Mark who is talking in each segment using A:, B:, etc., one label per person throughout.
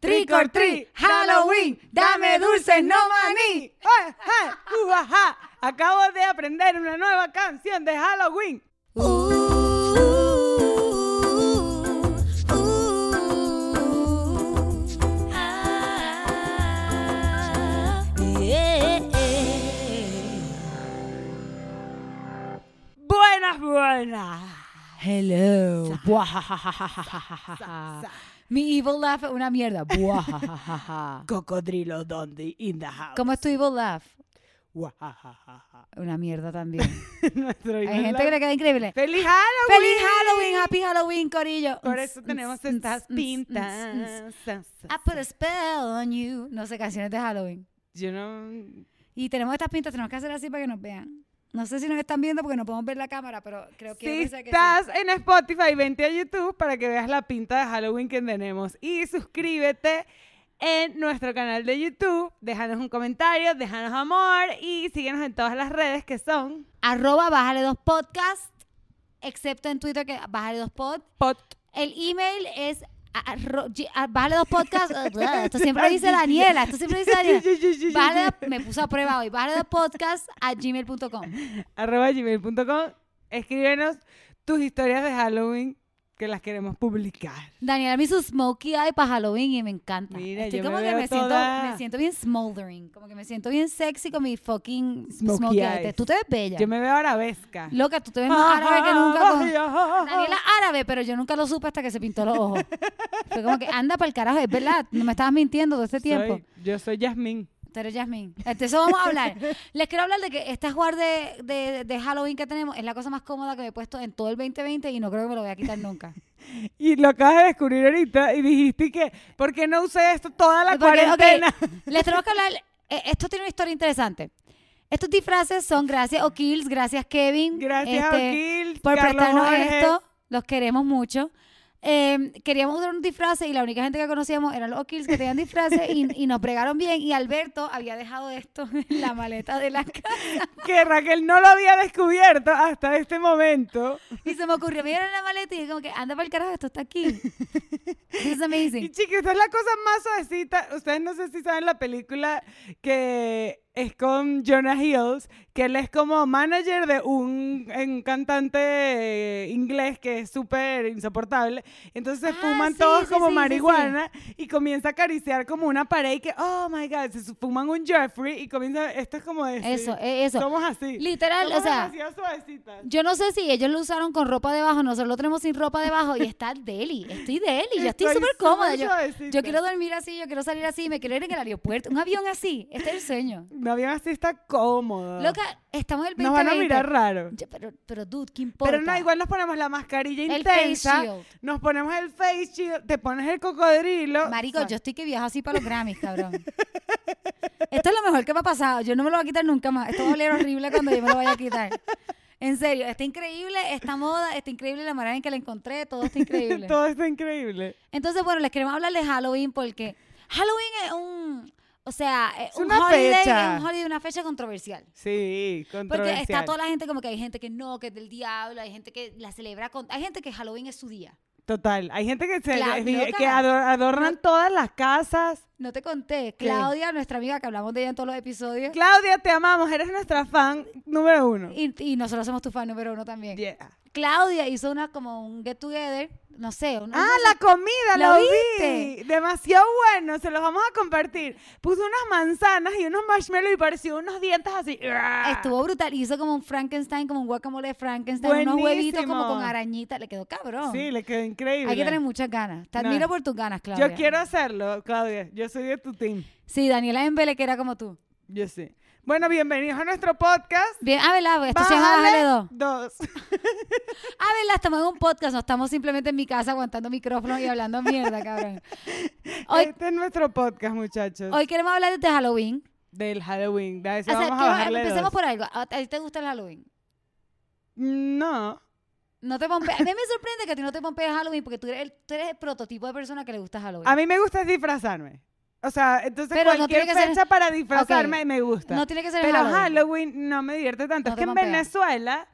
A: trick or treat, Halloween, dame dulces, no maní.
B: ¡Eh, eh! ¡Uh, ajá! Acabo de aprender una nueva canción de Halloween.
C: Uh, uh, uh, ah, eh, eh.
B: Buenas, buenas.
A: Hello. Buajajajaja. Mi evil laugh es una mierda. Buajajajaja.
B: Cocodrilo Dondi in the house.
A: ¿Cómo es tu evil laugh?
B: Guajajajaja.
A: Una mierda también.
B: Nuestro
A: Hay
B: himno
A: gente que le queda increíble.
B: ¡Feliz Halloween!
A: ¡Feliz Halloween! ¡Happy Halloween, Corillo!
B: Por
A: Mm,
B: eso
A: mm,
B: tenemos
A: mm,
B: estas
A: mm, mm, mm, mm.
B: pintas.
A: I put a spell on you. No sé, canciones de Halloween.
B: Yo no...
A: Y tenemos estas pintas, tenemos que hacer así para que nos vean. No sé si nos están viendo porque no podemos ver la cámara, pero creo que
B: Si
A: yo pensé que sí.
B: estás en Spotify, vente a YouTube para que veas la pinta de Halloween que tenemos. Y suscríbete en nuestro canal de YouTube. Déjanos un comentario, déjanos amor y síguenos en todas las redes que son
A: Arroba Bájale dos Podcast, excepto en Twitter que Bájale dos Pod.
B: pot.
A: El email es arro- gi- a- Bájale dos Podcast. Esto siempre dice Daniela, esto siempre dice Daniela. Bájale dos- me puso a prueba hoy. Bájale dos Podcast a gmail.com.
B: Arroba gmail.com. Escríbenos tus historias de Halloween que las queremos publicar.
A: Daniela me hizo smokey eye para Halloween y me encanta.
B: Mira,
A: Estoy
B: yo me
A: como que
B: veo
A: me siento,
B: toda-
A: me siento bien smoldering, como que me siento bien sexy con mi fucking
B: Smokey
A: smokey, eye.
B: eyes.
A: Tú te ves bella.
B: Yo me veo arabesca.
A: Loca, tú te ves más árabe que nunca. con- Daniela
B: nunca.
A: árabe, pero yo nunca lo supe hasta que se pintó los ojos. Fue como que anda para el carajo, es verdad, no me estabas mintiendo todo este tiempo.
B: yo soy Yasmín.
A: Pero Jasmine, de Este, eso vamos a hablar. Les quiero hablar de que este jugar de, de, de Halloween que tenemos es la cosa más cómoda que me he puesto en todo el 2020 y no creo que me lo voy a quitar nunca.
B: Y lo acabas de descubrir ahorita y dijiste que, ¿por qué no usé esto toda la
A: Porque, ok,
B: cuarentena?
A: les tenemos que hablar. eh, Esto tiene una historia interesante. Estos disfraces son gracias O'Kills, gracias Kevin.
B: Gracias
A: este,
B: a O'Kills,
A: por
B: Carlos
A: prestarnos
B: Borges.
A: esto. Los queremos mucho. Eh, queríamos usar un disfraz y la única gente que conocíamos eran los O'Kills que tenían disfraces y, y nos bregaron bien. Y Alberto había dejado esto en la maleta de la casa.
B: Que Raquel no lo había descubierto hasta este momento.
A: Y se me ocurrió, me dieron la maleta y yo como que anda para el carajo, esto está aquí. This is amazing.
B: Y chicas, esta es la cosa más suavecita. Ustedes no sé si saben la película que es con Jonah Hills, que él es como manager de un, un cantante eh, inglés que es súper insoportable. Entonces
A: Ah,
B: fuman
A: sí,
B: todos
A: sí,
B: como
A: sí, sí, sí.
B: marihuana y comienza a acariciar como una pared y que, oh my God, se su- fuman un Jeffrey y comienza, esto es como decir,
A: Eso, eh, eso.
B: Somos así.
A: Literal,
B: Somos
A: o sea,
B: demasiado suavecitas.
A: Yo no sé si ellos lo usaron con ropa debajo, nosotros lo tenemos sin ropa debajo y está deli, estoy deli, yo estoy
B: Estoy
A: súper cómoda.
B: súper
A: Yo,
B: suavecita.
A: yo quiero dormir así, yo quiero salir así, me quiero ir en el aeropuerto, un avión así, este es el sueño.
B: Un avión así está cómodo.
A: Loca, estamos en el 2020.
B: Nos van a mirar raro.
A: Yo- pero, pero, dude, ¿qué importa?
B: Pero no, igual nos ponemos la mascarilla
A: El
B: intensa,
A: face shield.
B: nos ponemos el face shield, te pones el cocodrilo.
A: Marico,
B: o sea,
A: yo estoy que viajo así para los Grammys, cabrón. Esto es lo mejor que me ha pasado. Yo no me lo voy a quitar nunca más. Esto va a oler horrible cuando yo me lo vaya a quitar. En serio, está increíble esta moda, está increíble la manera en que la encontré, todo está increíble.
B: Todo está increíble.
A: Entonces, bueno, les queremos hablar de Halloween porque Halloween es un, o sea, es
B: Es
A: un
B: una
A: holiday,
B: fecha.
A: es un holiday, una fecha controversial.
B: Sí,
A: Porque
B: controversial.
A: está toda la gente como que hay gente que no, que es del diablo, hay gente que la celebra con, hay gente que Halloween es su día.
B: Total, hay gente que se
A: Claro,
B: vi-
A: loca.
B: que ador- adornan todas las casas.
A: No te conté, Claudia, nuestra amiga que hablamos de ella en todos los episodios,
B: Claudia, te amamos, eres nuestra fan número uno.
A: y, y nosotros somos tu fan número uno también.
B: Yeah.
A: Claudia hizo una como un get together, no sé, un-
B: Ah, la comida,
A: ¿Lo
B: lo, vi.
A: viste?
B: Demasiado bueno, se los vamos a compartir. Puso unas manzanas y unos marshmallows y pareció unos dientes así.
A: Estuvo brutal. Hizo como un Frankenstein, como un guacamole de Frankenstein, unos huevitos como con
B: Buenísimo.
A: arañita. Le quedó cabrón.
B: Sí, le quedó increíble.
A: Hay que tener muchas ganas. Te
B: No.
A: admiro por tus ganas, Claudia.
B: Yo quiero hacerlo, Claudia. Yo soy de tu team.
A: Sí, Daniela Embele, que era como tú.
B: Yo sé. Bueno, bienvenidos a nuestro podcast.
A: Bien, a ver, esto se llama Bájale 2.
B: dos.
A: A ver, estamos en un podcast, no estamos simplemente en mi casa aguantando micrófonos y hablando mierda, cabrón. Hoy,
B: Este es nuestro podcast, muchachos.
A: hoy queremos hablar de Halloween.
B: Del Halloween. De ese
A: O sea,
B: vamos a
A: quiero-
B: bajarle
A: empecemos
B: dos.
A: por algo. ¿A a ti te gusta el Halloween?
B: No.
A: No te pompe- A mí me sorprende que a ti no te pompees Halloween porque tú eres, el, tú eres el prototipo de persona que le gusta Halloween.
B: A mí me gusta disfrazarme. O sea, entonces
A: Pero no
B: cualquier
A: tiene que ser- fecha para disfrazarme Ok.
B: me gusta.
A: no tiene que ser
B: Pero Halloween.
A: este Halloween.
B: no me divierte tanto.
A: No
B: es
A: te
B: que en
A: pompea.
B: Venezuela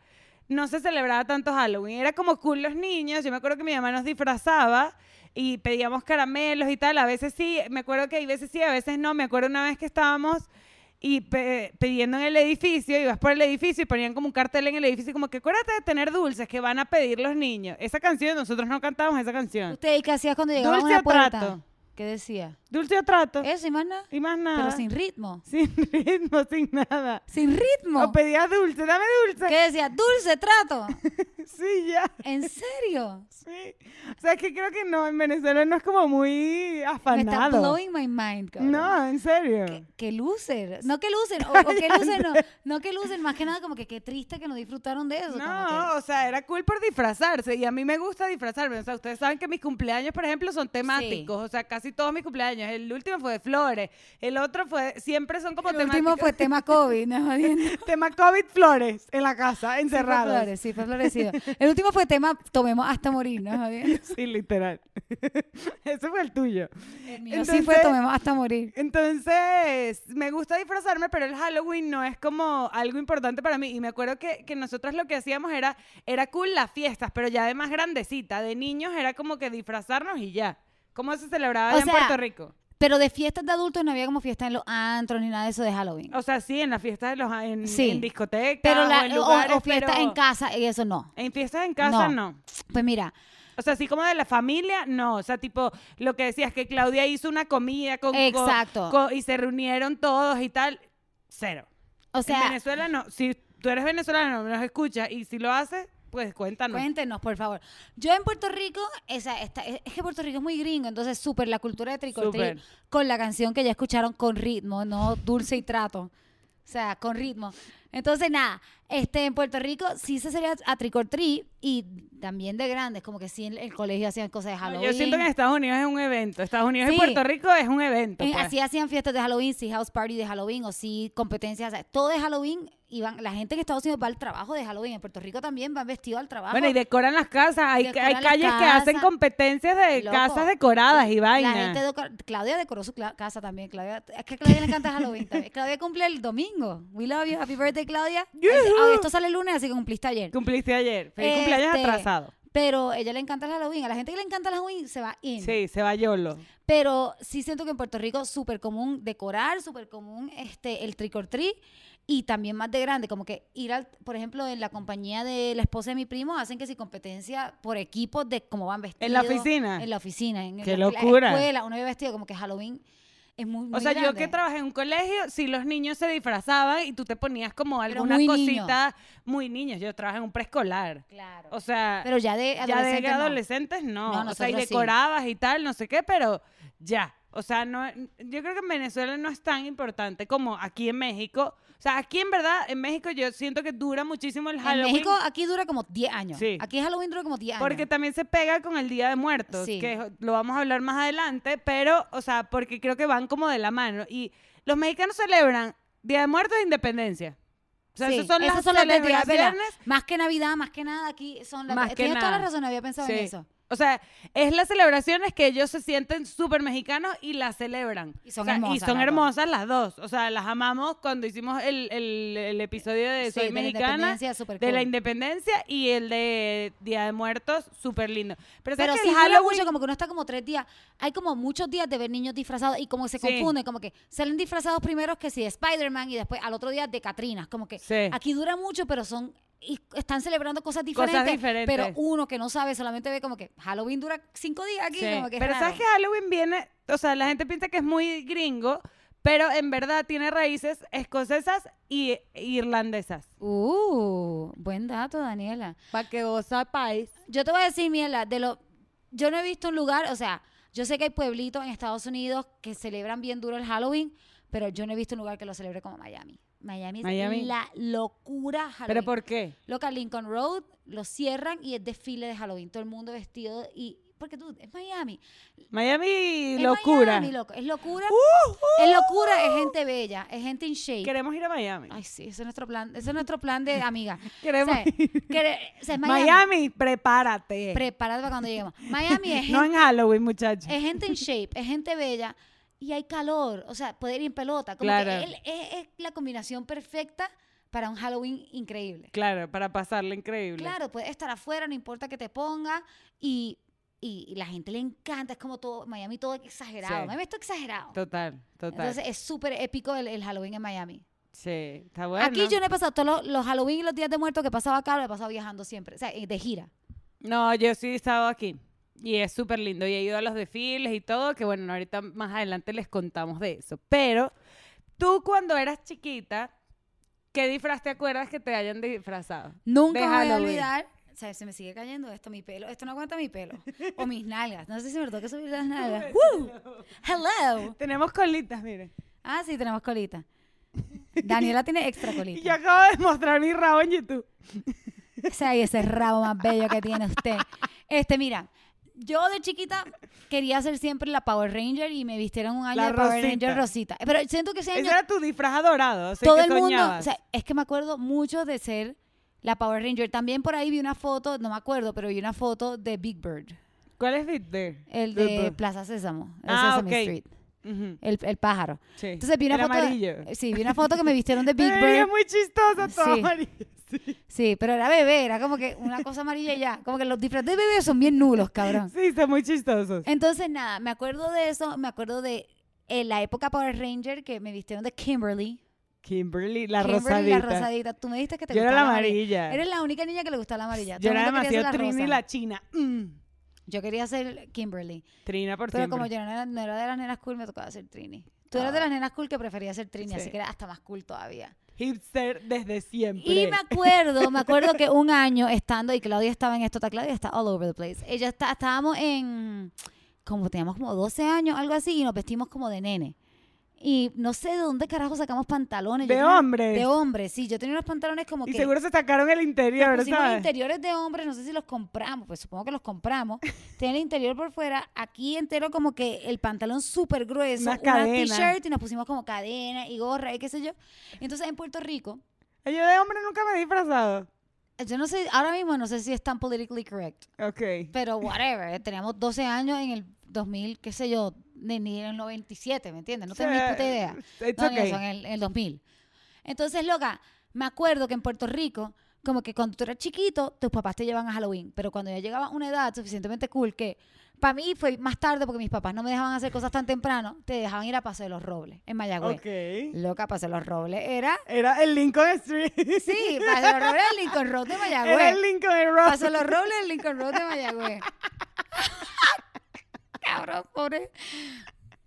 B: no se celebraba tanto Halloween. Era como cool los niños. Yo me acuerdo que mi mamá nos disfrazaba y pedíamos caramelos y tal. A veces sí, me acuerdo que hay veces sí, a veces no. Me acuerdo una vez que estábamos y pe- pidiendo en el edificio, ibas por el edificio y ponían como un cartel en el edificio, como que acuérdate de tener dulces que van a pedir los niños. Esa canción, nosotros no cantábamos esa canción.
A: ¿Usted y qué hacías cuando llegabas
B: Dulce
A: a
B: o
A: una puerta?
B: trato.
A: ¿Qué decía?
B: Dulce o trato.
A: Eso y más nada.
B: Y más nada.
A: Eh, Pero sin ritmo.
B: Sin ritmo, sin nada.
A: Sin ritmo.
B: O pedía dulce, dame dulce.
A: ¿Qué decía? Dulce trato.
B: Sí, ya.
A: ¿En serio?
B: Sí. O sea, es que creo que no, en Venezuela no es como muy
A: Me está
B: afanado.
A: blowing my mind, cabrón.
B: No, en serio.
A: Que, que loser. No que loser. O, o que loser, no. No que loser. Más que nada, como que qué triste que no disfrutaron de eso. como
B: No, o sea, era cool por disfrazarse y a mí me gusta disfrazarme. O sea, ustedes saben que mis cumpleaños, por ejemplo, son temáticos. O sea, casi todos mis cumpleaños. El último fue de flores. El otro fue, siempre son como
A: que- El último
B: temáticos.
A: fue tema COVID, ¿no? Jodiendo.
B: Tema COVID flores en la casa,
A: Sí, fue
B: encerrados.
A: flores, sí, fue florecido. El último fue tema tomemos hasta morir, ¿no? Jodiendo.
B: sí, literal. Ese fue el tuyo.
A: El mío sí fue
B: Entonces-
A: tomemos hasta morir.
B: Entonces, me gusta disfrazarme, pero el Halloween no es como algo importante para mí. Y me acuerdo que, que nosotros lo que hacíamos era, era cool las fiestas, pero ya de más grandecita, de niños era como que disfrazarnos y ya. ¿Cómo se celebraba
A: O
B: allá en
A: sea-
B: Puerto Rico?
A: Pero de fiestas de adultos no había como fiestas en los antros ni nada de eso de Halloween.
B: O sea, sí, en las fiestas de los en,
A: Sí.
B: en discotecas
A: Pero
B: o
A: la,
B: en
A: o-
B: lugares,
A: o fiestas
B: pero
A: en casa y eso no.
B: En fiestas en casa
A: No.
B: no.
A: Pues mira,
B: O sea, así como de la familia, no. O sea, tipo, lo que decías que Claudia hizo una comida con, con-
A: Exacto.
B: con- y se reunieron todos y tal. Cero.
A: o
B: en
A: sea,
B: Venezuela no. Si tú eres venezolano, nos escuchas y si lo haces, pues cuéntanos.
A: cuéntenos, por favor. Yo en Puerto Rico, esa, esta- es que Puerto Rico es muy gringo, entonces súper la cultura de tricotril
B: Súper.
A: con la canción que ya escucharon con ritmo, no dulce y trato. O sea, con ritmo. Entonces, nada, este, en Puerto Rico sí se sería a tricotril y también de grandes, como que sí en el colegio hacían cosas de
B: No,
A: Halloween.
B: yo siento que en este Estados Unidos es un evento. Estados Unidos
A: Sí.
B: y Puerto Rico es un evento.
A: Eh,
B: pues.
A: Así hacían fiestas de Halloween, sí, house party de Halloween, o sí, competencias, o sea, todo de Halloween. Iban, la gente en Estados Unidos va al trabajo de Halloween, en Puerto Rico también van vestidos al trabajo.
B: Bueno, y decoran las casas. Hay,
A: Decoran
B: hay
A: las
B: calles que hacen
A: casas.
B: competencias de
A: Loco.
B: casas decoradas y
A: la
B: vainas.
A: gente deco- Claudia decoró su cla- casa también. Claudia, es que a Claudia le encanta Halloween también. Claudia cumple el domingo. We love you. Happy birthday, Claudia.
B: Yujú.
A: Ah, esto sale el lunes, así que cumpliste ayer.
B: Cumpliste ayer. Feliz cumpleaños
A: Este,
B: atrasado.
A: Pero a ella le encanta el Halloween. A la gente que le encanta el Halloween se va in.
B: Sí, se va Yolo.
A: Pero sí siento que en Puerto Rico súper común decorar, súper común este, el trick or treat y también más de grande, como que ir al, por ejemplo, en la compañía de la esposa de mi primo, hacen que si competencia por equipos de cómo van vestidos.
B: ¿En la oficina?
A: En la oficina. En, en
B: ¡Qué
A: la, escuela-
B: locura!
A: escuela, uno iba vestido como que Halloween es muy, muy
B: O sea, yo
A: grande.
B: que trabajé en un colegio, si los niños se disfrazaban y tú te ponías como
A: Pero
B: alguna
A: muy niño.
B: cosita muy niños. Yo trabajé en un preescolar.
A: Claro.
B: O sea,
A: pero ya de
B: ya
A: adolescente
B: de
A: no.
B: adolescentes no.
A: No,
B: o sea, y
A: nosotros sí.
B: decorabas y tal, no sé qué, pero ya. O sea, no, yo creo que en Venezuela no es tan importante como aquí en México. O sea, aquí en verdad, en México yo siento que dura muchísimo el
A: En
B: Halloween.
A: México ah, aquí dura como 10 años.
B: Sí.
A: Aquí Halloween dura como 10 años.
B: Porque también se pega con el Día de Muertos,
A: Sí.
B: que lo vamos a hablar más adelante, pero, o sea, porque creo que van como de la mano. Y los mexicanos celebran Día de Muertos e Independencia. O sea,
A: Sí,
B: esas son
A: esos
B: las
A: los de Navidad, ¿verdad?
B: celebraciones
A: Más que Navidad, más que nada, aquí son las...
B: Más que
A: Tienes toda la
B: nada.
A: razón, no había pensado en
B: Sí.
A: eso.
B: O sea, es las celebraciones que ellos se sienten súper mexicanos y las celebran.
A: Y son
B: O sea,
A: hermosas
B: Y son
A: las
B: hermosas las dos. O sea, las amamos cuando hicimos el, el- el episodio de
A: Sí,
B: Soy
A: de la
B: Mexicana.
A: independencia, súper
B: de la
A: cool.
B: independencia y el de Día de Muertos, súper lindo. Pero, ¿sabes
A: Pero
B: que
A: sí
B: el
A: dura
B: Halloween,
A: mucho, como que uno está como tres días. Hay como muchos días de ver niños disfrazados y como que se
B: Sí.
A: confunden, como que salen disfrazados primero que si de Spider-Man y después al otro día de Catrinas. Como que
B: Sí.
A: aquí dura mucho, pero son. Y están celebrando cosas
B: Cosas
A: diferentes,
B: diferentes.
A: Pero uno que no sabe solamente ve como que Halloween dura cinco días aquí.
B: Sí,
A: como que es
B: pero
A: raro.
B: sabes que Halloween viene, o sea, la gente piensa que es muy gringo, pero en verdad tiene raíces escocesas y irlandesas.
A: Uh, buen dato, Daniela.
B: Para que vos sepáis.
A: Yo te voy a decir, Miela, de lo, yo no he visto un lugar, o sea, yo sé que hay pueblitos en Estados Unidos que celebran bien duro el Halloween, pero yo no he visto un lugar que lo celebre como Miami. Miami es
B: Miami.
A: la locura Halloween.
B: ¿Pero por qué?
A: Loca, Lincoln Road lo cierran y es desfile de Halloween. Todo el mundo vestido y... Porque tú, es Miami.
B: Miami,
A: Es
B: locura.
A: Miami, loco. Es locura.
B: Uh, uh.
A: Es locura, es gente bella, es gente in shape.
B: Queremos ir a Miami.
A: Ay, sí, ese es nuestro plan, ese es nuestro plan de amiga.
B: Queremos
A: O sea, que- o sea, es
B: Miami,
A: Miami.
B: prepárate.
A: Prepárate para cuando lleguemos. Miami es
B: no en Halloween, muchachos.
A: es gente en shape, es gente bella y hay calor, o sea, poder ir en pelota. Como
B: Claro.
A: que él es, es la combinación perfecta para un Halloween increíble.
B: Claro, para pasarla increíble.
A: Claro, puedes estar afuera, no importa que te ponga y, y, y la gente le encanta, es como todo, Miami todo exagerado.
B: Sí.
A: Miami es todo exagerado.
B: Total, total.
A: Entonces es súper épico el, el Halloween en Miami.
B: sí, está bueno.
A: Aquí yo no he pasado todos los, los Halloween y los días de muertos que he pasado acá, lo he pasado viajando siempre, o sea, eh, de gira.
B: No, yo sí he estado aquí. Y es súper lindo. Y he ido a los desfiles y todo, que bueno, ahorita más adelante les contamos de eso. Pero tú cuando eras chiquita, ¿qué disfraz te acuerdas que te hayan disfrazado?
A: Nunca
B: De
A: me voy a
B: Halloween.
A: olvidar. O sea, se me sigue cayendo esto, mi pelo. Esto no aguanta mi pelo. O mis nalgas. No sé si me tengo que subir las nalgas. ¡Woo! ¡Hello!
B: Tenemos colitas, miren.
A: Ah, sí, tenemos colita. Daniela tiene extra
B: Y
A: colita.
B: yo acabo de mostrar mi rabo en YouTube.
A: O sea, y ese rabo más bello que tiene usted. Este, mira, yo de chiquita quería ser siempre la Power Ranger y me vistieron un año
B: La
A: de Power
B: Rosita.
A: Ranger Rosita. Pero siento que ese año
B: Ese era tu disfraz adorado. así
A: todo
B: que
A: el mundo, o
B: soñabas.
A: sea, es que me acuerdo mucho de ser la Power Ranger. También por ahí vi una foto, no me acuerdo, pero vi una foto de Big Bird,
B: ¿Cuál es Big Bear?
A: el
B: Big
A: de
B: Bear.
A: Plaza Sésamo, el
B: Ah,
A: Sesame
B: ok.
A: Street,
B: Ujú,
A: el, el pájaro.
B: sí.
A: Entonces vi una
B: El
A: foto, eh,
B: amarillo.
A: sí, vi una foto que me vistieron de Big
B: Ay,
A: Bird.
B: Es muy chistoso todo
A: Sí.
B: amarillo. Sí.
A: Sí, pero era bebé, era como que una cosa amarilla y ya, como que los disfraces de bebé son bien nulos, cabrón.
B: sí, son muy chistosos.
A: Entonces, nada, me acuerdo de eso, me acuerdo de eh, la época Power Ranger que me vistieron de Kimberly.
B: Kimberly, la
A: Kimberly,
B: rosadita.
A: La rosadita. Tú me dijiste que te
B: Yo era
A: gustaba
B: la amarilla.
A: Eres la única niña que le gustaba la amarilla.
B: Yo
A: Todo el
B: era
A: mundo quería
B: demasiado
A: ser la
B: Trina y
A: rosa.
B: la China. Mm.
A: Yo quería ser Kimberly.
B: Trina por
A: Pero
B: siempre. Ah.
A: como yo no era, no era de las nenas cool, me tocaba ser Trini. Tú eras de las nenas cool que prefería ser Trini,
B: Sí.
A: así que era hasta más cool todavía.
B: Hipster desde siempre.
A: Y me acuerdo, me acuerdo que un año estando, y Claudia estaba en esto, ta- Claudia está all over the place. Ella está, estábamos en, como teníamos como 12 años, algo así, y nos vestimos como de nene. Y no sé de dónde carajo sacamos pantalones. Yo
B: De
A: tenía-
B: hombres.
A: De hombres, sí. Yo tenía unos pantalones como
B: Y
A: que...
B: seguro se sacaron el interior,
A: Pusimos
B: ¿sabes?
A: interiores de hombres, no sé si los compramos, pues supongo que los compramos. Tiene el interior por fuera, aquí entero como que el pantalón súper grueso,
B: Unas
A: una
B: cadenas.
A: t-shirt y nos pusimos como cadena y gorra y qué sé yo. Entonces en Puerto Rico,
B: Ay, Yo de hombre nunca me he disfrazado.
A: yo no sé, ahora mismo no sé si es tan politically correct,
B: Ok.
A: pero whatever, eh, teníamos 12 años en el 2000, qué sé yo, ni ni en el 97, ¿me entiendes? No tengo ni puta idea.
B: It's
A: No, ni
B: okay.
A: eso, en el, en el 2000. Entonces, loca, me acuerdo que en Puerto Rico, como que cuando tú eras chiquito, tus papás te llevan a Halloween, pero cuando ya llegaba una edad suficientemente cool que para mí fue más tarde porque mis papás no me dejaban hacer cosas tan temprano, te dejaban ir a Paseo de los Robles en Mayagüez.
B: Ok.
A: Loca, Paseo de los Robles era
B: Era el Lincoln Street.
A: Sí, Paseo de los Robles, el Lincoln Road de Mayagüez.
B: Era el Lincoln Road.
A: Paseo de los Robles, el Lincoln Road de Mayagüez. Cabrón, pobre.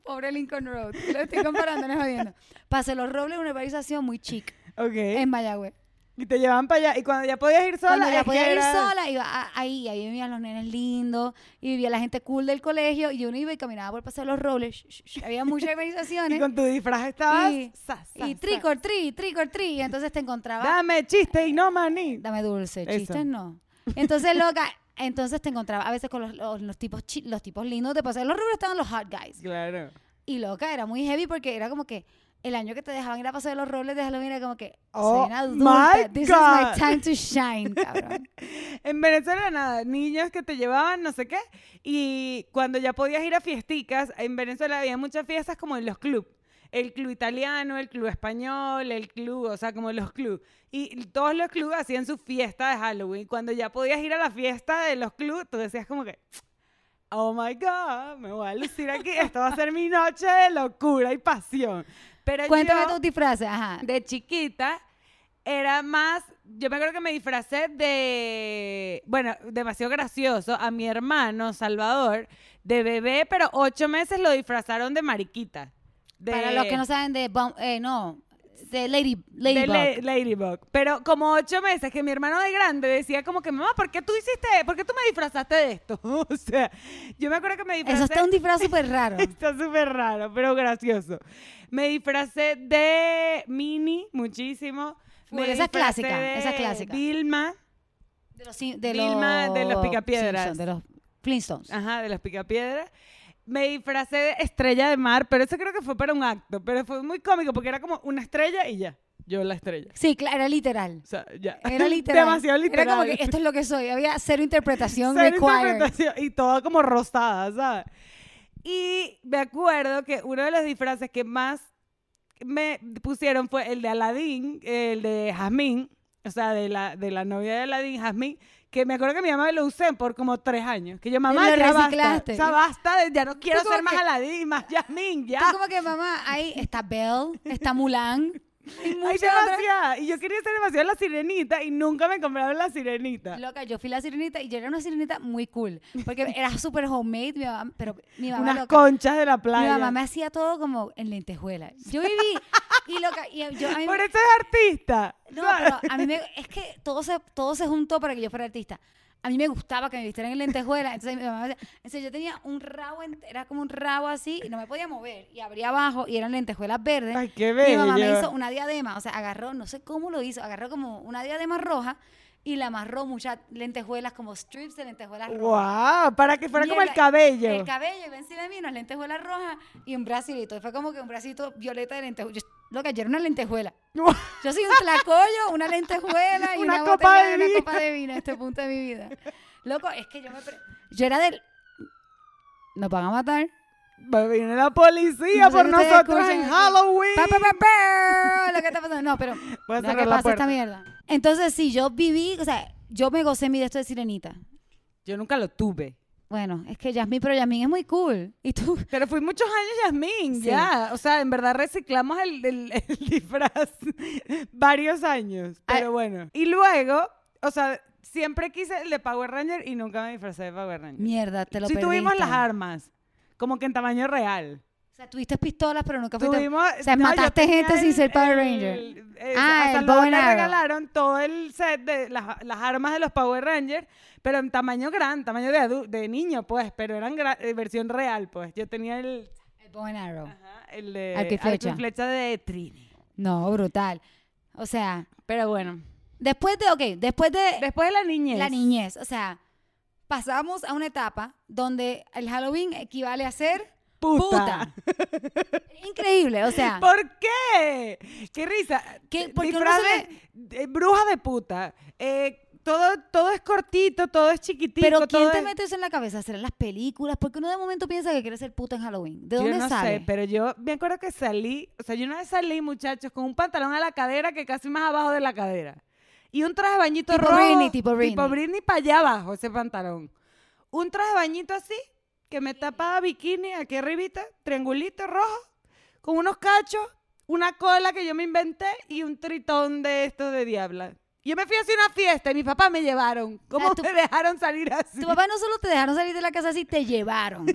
A: Pobre Lincoln Road. Lo estoy comparando, no es jodiendo. Paseo de los Robles, una urbanización muy chic
B: Ok.
A: en Mayagüez.
B: Y te llevaban para allá. Y cuando ya podías ir ¿Eh? sola.
A: Em- Cuando ya
B: es que
A: podía ir
B: era-
A: sola, iba a- ahí, ahí vivían los nenes lindos, y vivía la gente cool del colegio, y uno iba y caminaba por el Paseo de los Robles. Sh- sh- sh. Había muchas
B: Y
A: urbanizaciones.
B: con tu disfraz estabas.
A: Y-
B: sa, sa,
A: Y
B: sa.
A: trick or treat, trick or treat. Y entonces te encontrabas
B: Dame chiste y no maní.
A: Dame dulce,
B: Eso.
A: chistes no. Entonces, loca, entonces te encontraba a veces con los, los- los tipos chi- los tipos lindos de paseo. Los rubros estaban los hot guys.
B: Claro.
A: Y loca, era muy heavy porque era como que el año que te dejaban ir a paseo de los robles de Halloween era como que
B: Oh,
A: soy una adulta.
B: my
A: This
B: God.
A: is my time to shine, cabrón.
B: En Venezuela nada, niños que te llevaban no sé qué y cuando ya podías ir a fiesticas, en Venezuela había muchas fiestas como en los clubs. El club italiano, el club español, el club, o sea, como los clubs. Y todos los clubes hacían su fiesta de Halloween. Cuando ya podías ir a la fiesta de los clubes, tú decías como que, oh my God, me voy a lucir aquí. Esto va a ser mi noche de locura y pasión. Pero
A: Cuéntame
B: yo-
A: tus disfraces, ajá.
B: de chiquita era más, yo me acuerdo que me disfracé de, bueno, demasiado gracioso, a mi hermano Salvador, de bebé, pero ocho meses lo disfrazaron de mariquita. De,
A: Para los que no saben de, bum- eh, no, de Lady,
B: de
A: Ladybug.
B: la- Ladybug. Pero como ocho meses, que mi hermano de grande decía como que, mamá, ¿por qué tú hiciste, por qué tú me disfrazaste de esto? o sea, yo me acuerdo que me disfracé...
A: Eso está un disfraz súper raro.
B: Está súper raro, pero gracioso. Me disfracé de Mini muchísimo.
A: Full,
B: Me
A: esa es
B: disfracé
A: clásica,
B: de
A: esa es clásica.
B: Dilma,
A: De los, sim- de
B: Vilma, de los Picapiedras.
A: Simpson, de los Flintstones.
B: ajá, de los Picapiedra. Me disfracé de Estrella de Mar, pero eso creo que fue para un acto, pero fue muy cómico porque era como una estrella y ya, yo la estrella.
A: Sí, claro, era literal.
B: O sea, ya.
A: Era literal.
B: Demasiado literal.
A: Era como que esto es lo que soy. Había cero interpretación
B: Cero
A: required.
B: interpretación, y todo como rosada, ¿sabes? Y me acuerdo que uno de los disfraces que más me pusieron fue el de Aladdin, el de Jazmín, o sea, de la, de la novia de Aladdin, Jasmine, que me acuerdo que mi mamá lo usé por como tres años. Que yo, mamá,
A: lo
B: ya basta.
A: reciclaste.
B: O sea, basta, de- ya no quiero
A: como
B: ser más
A: que-
B: Aladdin, más Jasmine, ya.
A: Tú como que, mamá, ahí está Belle, está Mulan. y
B: Hay
A: muchas otras.
B: demasiada. Y yo quería ser demasiado la sirenita y nunca me compraron la sirenita.
A: Loca, yo fui la sirenita y yo era una sirenita muy cool. Porque era súper homemade, mi mamá, pero mi mamá,
B: Unas
A: loca,
B: conchas de la
A: mi
B: playa.
A: mamá me hacía todo como en lentejuela. Yo viví y loca, y yo a mí
B: Por
A: me-
B: eso es artista.
A: No, pero a mí me, es que todo se, todo se juntó para que yo fuera artista. A mí me gustaba que me vistieran en lentejuela. Entonces, mi mamá me decía- entonces yo tenía un rabo, ent- era como un rabo así, y no me podía mover. Y abría abajo y eran lentejuelas verdes.
B: Ay, qué
A: Mi mamá me
B: bello.
A: hizo una diadema. O sea, agarró, no sé cómo lo hizo, agarró como una diadema roja y la amarró muchas lentejuelas, como strips de lentejuelas rojas.
B: Wow, para que fuera como el
A: Mierda,
B: cabello.
A: El cabello, y ven encima de mí unas lentejuelas rojas y un bracito. Y fue como que un bracito violeta de lentejuela. Lo que yo era una lentejuela. Yo soy un tlacoyo, una lentejuela y
B: Una
A: una,
B: copa
A: botella
B: de
A: una
B: vino.
A: copa de vino a este punto de mi vida. Loco, es que yo me... pre- Yo era del... Nos van a matar.
B: Va- Viene la policía
A: No sé
B: por
A: si ustedes
B: nosotros
A: escuchan
B: en
A: eso.
B: Halloween.
A: Pa, pa, pa, pa, Lo que está pasando. No, pero...
B: Voy
A: Mira
B: a cerrar
A: qué
B: la
A: pasa esta
B: puerta.
A: mierda. Entonces, sí, yo viví... O sea, yo me gocé mi de esto de sirenita.
B: Yo nunca lo tuve.
A: Bueno, es que Yasmín, pero Yasmín es muy cool. Y tú...
B: Pero fui muchos años Yasmín,
A: Sí.
B: ya. O sea, en verdad reciclamos el, el- el disfraz varios años. Pero
A: Ay.
B: bueno. Y luego, o sea, siempre quise el de Power Ranger y nunca me disfrazé de Power Ranger.
A: Mierda, te lo
B: sí tuvimos
A: perdiste.
B: las armas, como que en tamaño real.
A: O sea, tuviste pistolas, pero nunca fuiste...
B: Tuvimos,
A: sea,
B: yo
A: mataste
B: tenía
A: gente sin ser Power
B: el-
A: Ranger.
B: eh,
A: Ah,
B: a
A: el
B: Salvador
A: bow and
B: le
A: arrow.
B: regalaron todo el set de las, las armas de los Power Rangers, pero en tamaño gran, tamaño de, adu- de niño, pues, pero eran gra- eh, versión real, pues. Yo tenía el,
A: El bow and arrow.
B: ajá, el de
A: Arco y flecha.
B: de Trini.
A: No, brutal. O sea,
B: Pero bueno,
A: después de... Ok, después de...
B: Eh, después de la niñez.
A: La niñez, o sea, pasamos a una etapa donde el Halloween equivale a ser
B: Puta.
A: increíble, o sea,
B: ¿Por qué? ¡Qué risa!
A: ¿Qué-
B: Eh,
A: por qué uno
B: disfraz
A: se
B: de, de bruja de puta. Eh, todo, todo es cortito, todo es chiquitito.
A: pero ¿quién
B: todo
A: te
B: es-
A: mete eso en la cabeza? ¿Serán las películas? Porque uno de momento piensa que quiere ser puta en Halloween. ¿De dónde
B: yo no
A: sale?
B: sé, pero yo me acuerdo que salí, o sea, yo una vez salí, muchachos, con un pantalón a la cadera que casi más abajo de la cadera. Y un traje de bañito
A: Tipo
B: rojo.
A: Britney, tipo
B: Tipo
A: Britney.
B: Britney para allá abajo, ese pantalón. Un traje de bañito así, que me tapaba bikini aquí arribita, triangulito rojo, con unos cachos, una cola que yo me inventé y un tritón de estos de diabla. Yo me fui así a una fiesta y mis papás me llevaron. ¿Cómo
A: tú-
B: me dejaron salir así?
A: Tu papá no solo te dejaron salir de la casa así, te llevaron.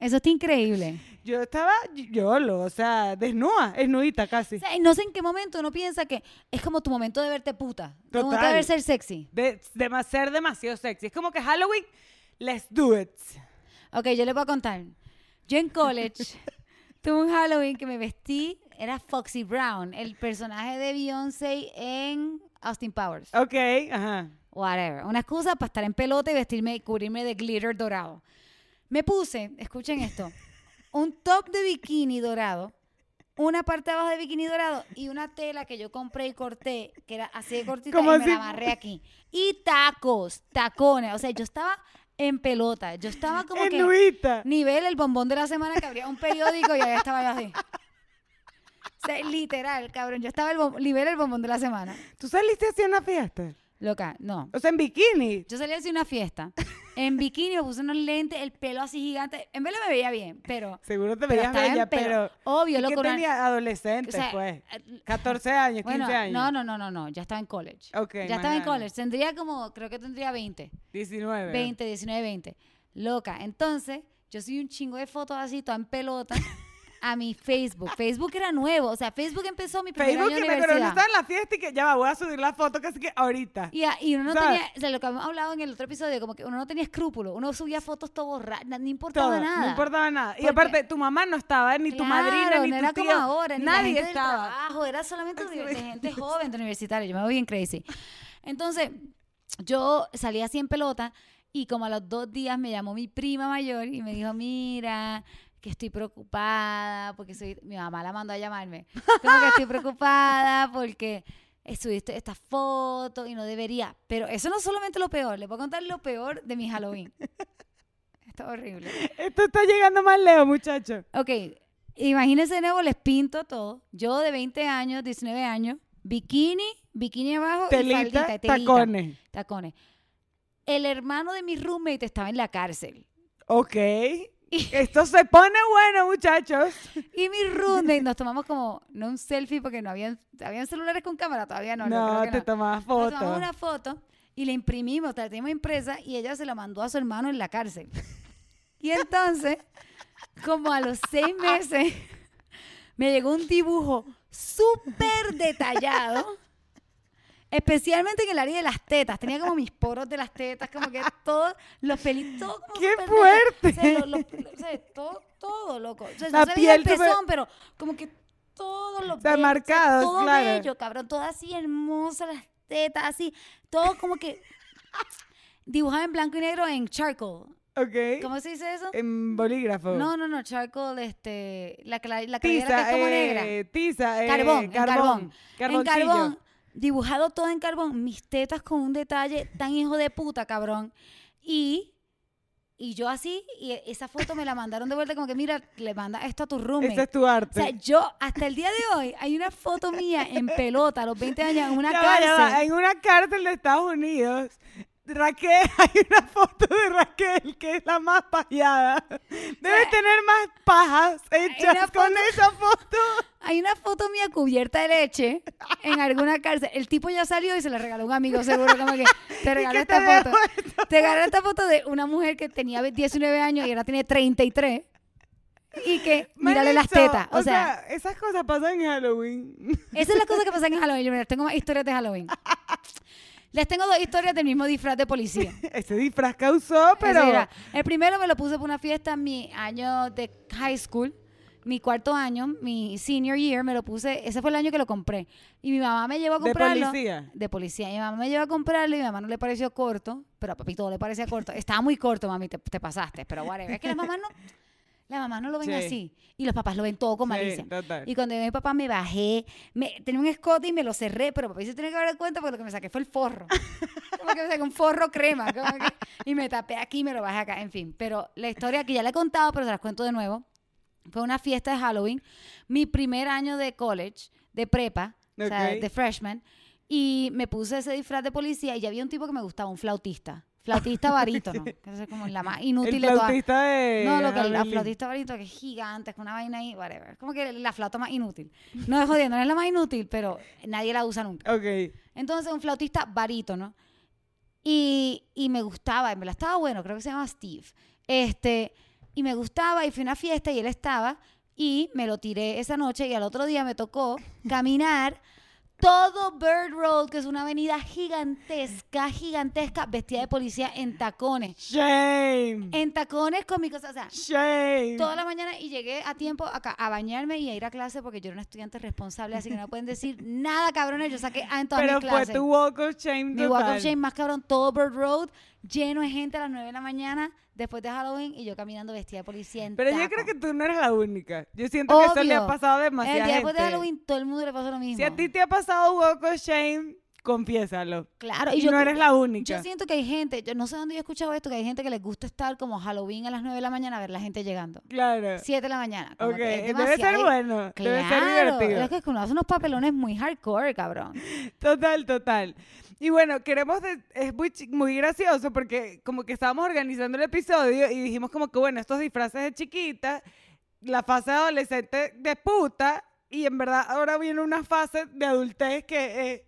A: Eso está increíble.
B: Yo estaba yolo, o sea, desnuda, desnudita casi.
A: O sea, y no sé en qué momento uno piensa que es como tu momento de verte puta, tu momento
B: Total.
A: de ver ser sexy.
B: de, dema- ser demasiado sexy. Es como que Halloween, let's do it.
A: Ok, yo les voy a contar. Yo en college tuve un Halloween que me vestí, era Foxy Brown, el personaje de Beyoncé en Austin Powers.
B: Ok, ajá.
A: Whatever. Una excusa para estar en pelota y vestirme y cubrirme de glitter dorado. Me puse, escuchen esto, un top de bikini dorado, una parte abajo de bikini dorado y una tela que yo compré y corté, que era así de cortita
B: Como
A: y me
B: así.
A: la amarré aquí. Y tacos, tacones. O sea, yo estaba en pelota. Yo estaba como que...
B: Desnudita.
A: Nivel el bombón de la semana que abría un periódico y ahí estaba yo así. O sea, literal, cabrón. Yo estaba el bom- nivel el bombón de la semana.
B: ¿Tú saliste así a una fiesta?
A: Loca, no.
B: O sea, en bikini.
A: Yo salí así a una fiesta. En bikini me puse unos lentes, el pelo así gigante. En verdad me veía bien, pero.
B: Seguro te
A: pero
B: veías
A: estaba en
B: bella,
A: pelo.
B: pero...
A: Obvio,
B: ¿Qué
A: loco. una-
B: tenía? Adolescente,
A: o sea,
B: pues.
A: eh,
B: 14 años, 15
A: Bueno,
B: años.
A: no, no, no, no, no. Ya estaba en college.
B: Ok,
A: ya
B: más
A: estaba en
B: grande.
A: college. Tendría como, creo que tendría 20.
B: 19.
A: 20, 19, 20. Loca. Entonces, yo subí un chingo de fotos así, toda en pelota, a mi Facebook. Facebook era nuevo. O sea, Facebook empezó mi primer
B: Facebook
A: año
B: que
A: de
B: me coronó
A: universidad.
B: estaba en la fiesta y que ya va, voy a subir la foto casi que ahorita.
A: Y, a- y uno no
B: ¿Sabes?
A: tenía, o sea, lo que habíamos hablado en el otro episodio, como que uno no tenía escrúpulos. Uno subía fotos todo borradas, no importaba
B: Todo,
A: nada.
B: No importaba nada. Y
A: Porque-
B: aparte, tu mamá no estaba, ni tu madrina,
A: Claro,
B: ni
A: no
B: tu
A: era
B: tío.
A: como ahora, ni la
B: nadie
A: gente del
B: estaba.
A: trabajo, era solamente
B: Así
A: de,
B: me-
A: de gente joven, de universitaria. Yo me voy bien crazy. Entonces, yo salí así en pelota y como a los dos días me llamó mi prima mayor y me dijo, mira que estoy preocupada porque soy mi mamá la mandó a llamarme como que estoy preocupada porque eh, subiste esta foto y no debería pero eso no es solamente lo peor le voy a contar lo peor de mi Halloween está horrible
B: Esto está llegando más lejos, muchacho.
A: Ok, imagínense de nuevo, les pinto todo. Yo de 20 años, 19 años, bikini, bikini abajo y
B: Telita,
A: faldita, telita,
B: tacones.
A: tacones. El hermano de mi roommate estaba en la cárcel.
B: Ok. Esto se pone bueno, muchachos.
A: Y mi roommate nos tomamos como, no un selfie porque no habían, habían celulares con cámara todavía, no.
B: No,
A: no, creo que
B: te
A: no.
B: tomabas
A: Nos
B: fotos.
A: tomamos una foto y la imprimimos, la tenemos impresa y ella se la mandó a su hermano en la cárcel. Y entonces, como a los seis meses, me llegó un dibujo súper detallado, especialmente en el área de las tetas. Tenía como mis poros de las tetas, como que todos los pelitos. todo como
B: ¡Qué
A: súper detallado.
B: fuerte!
A: O sea, lo- lo- o sea, todo, todo, loco. O sea,
B: La
A: no se veía el
B: piel súper-
A: pezón, pero como que todo lo
B: O sea,
A: bello,
B: marcados,
A: todo
B: claro.
A: bello, cabrón, todo así hermoso, las tetas así, todo como que dibujado en blanco y negro en charcoal.
B: Ok.
A: ¿Cómo se dice eso?
B: En bolígrafo.
A: No, no, no, charcoal, este, la, cla- la claridad que
B: tiza,
A: es como negra.
B: eh, tiza, eh,
A: Carbón, en carbón. En
B: carboncillo.
A: carbón, dibujado todo en carbón, mis tetas con un detalle tan hijo de puta, cabrón. Y, y yo así, y e-, esa foto me la mandaron de vuelta como que, mira, le manda esto a tu roommate.
B: Ese es tu
A: O
B: arte.
A: sea, yo hasta el día de hoy hay una foto mía en pelota a los 20 años en una
B: Ya va,
A: cárcel.
B: ya va. En una cárcel de Estados Unidos, Raquel, hay una foto de Raquel que es la más pajeada. Debe tener más pajas hechas
A: una
B: con
A: foto-
B: esa foto.
A: Hay una foto mía cubierta de leche en alguna cárcel. El tipo ya salió y se la regaló a un amigo seguro como que te regaló
B: que te
A: esta foto.
B: dejo
A: Te regaló esta foto de una mujer que tenía 19 años y ahora tiene 33 y que mírale las
B: Marico,
A: tetas. O, sea,
B: esas cosas pasan en Halloween.
A: esa es la cosa que pasa en Halloween. Yo mira, tengo más historias de Halloween. Les tengo dos historias del mismo disfraz de policía.
B: Ese disfraz causó,
A: Ese
B: pero.
A: era. el primero me lo puse para una fiesta en mi año de high school, mi cuarto año, mi senior year, me lo puse, ese fue el año que lo compré. Y mi mamá me llevó a
B: de
A: comprarlo.
B: policía.
A: De policía. Y mi mamá me llevó a comprarlo y mi mamá no le pareció corto, pero a papi todo le parecía corto. Estaba muy corto, mami, te, te pasaste, pero whatever. Es que las mamás no, las mamás no lo ven
B: Sí.
A: así. Y los papás lo ven todo con malicia.
B: Sí, total.
A: Y cuando yo a mi papá me bajé, me, tenía un escote y me lo cerré, pero papá se tiene que dar cuenta porque lo que me saqué fue el forro. Como que me saqué un forro crema. como que- y me tapé aquí y me lo bajé acá, en fin. Pero la historia que ya la he contado, pero se las cuento de nuevo. Fue una fiesta de Halloween, mi primer año de college, de prepa, o sea,
B: Ok.
A: de freshman, y me puse ese disfraz de policía y ya había un tipo que me gustaba, un flautista. Flautista barítono, que es como la más inútil
B: El
A: de todas.
B: flautista de.
A: No, lo que el
B: Harley.
A: flautista bonito que es gigante, es con una vaina ahí, whatever. Como que la flauta más inútil. No es jodiendo, no es la más inútil, pero nadie la usa nunca.
B: Ok.
A: Entonces, un flautista barítono. Y, y me gustaba, me la estaba bueno, creo que se llama Steve. Este, y me gustaba, y fui a una fiesta y él estaba, y me lo tiré esa noche, y al otro día me tocó caminar todo Bird Road, que es una avenida gigantesca, gigantesca, vestida de policía en tacones.
B: Shame.
A: En tacones con mi cosa, o sea,
B: Shame.
A: toda la mañana y llegué a tiempo acá a bañarme y a ir a clase porque yo era una estudiante responsable, así que no me pueden decir nada, cabrones. Yo saqué A en todas
B: Pero
A: mis clases.
B: fue tu walk of shame
A: Mi walk
B: total.
A: of shame más cabrón, todo Bird Road, lleno de gente a las 9 de la mañana, después de Halloween, y yo caminando vestida de policía en
B: Pero yo
A: taco.
B: creo que tú no eres la única. Yo siento que eso le ha
A: Obvio.
B: pasado a
A: El
B: demasiada
A: día después de
B: gente.
A: Halloween todo el mundo le pasó lo mismo.
B: Si a ti te ha pasado walk of shame, confiésalo.
A: claro,
B: Y,
A: y yo
B: no eres la única.
A: Yo siento que hay gente, yo no sé dónde yo he escuchado esto, que hay gente que les gusta estar como Halloween a las 9 de la mañana a ver la gente llegando.
B: Claro.
A: 7 de la mañana. como
B: ok,
A: que es
B: debe ser
A: demasiado-
B: bueno. Debe ser
A: Claro,
B: divertido.
A: Es que uno hace unos papelones muy hardcore, cabrón.
B: Total, total. Y bueno, queremos, de- es muy, chi- muy gracioso porque como que estábamos organizando el episodio y dijimos como que bueno, estos disfraces de chiquita, la fase adolescente de puta y en verdad ahora viene una fase de adultez que es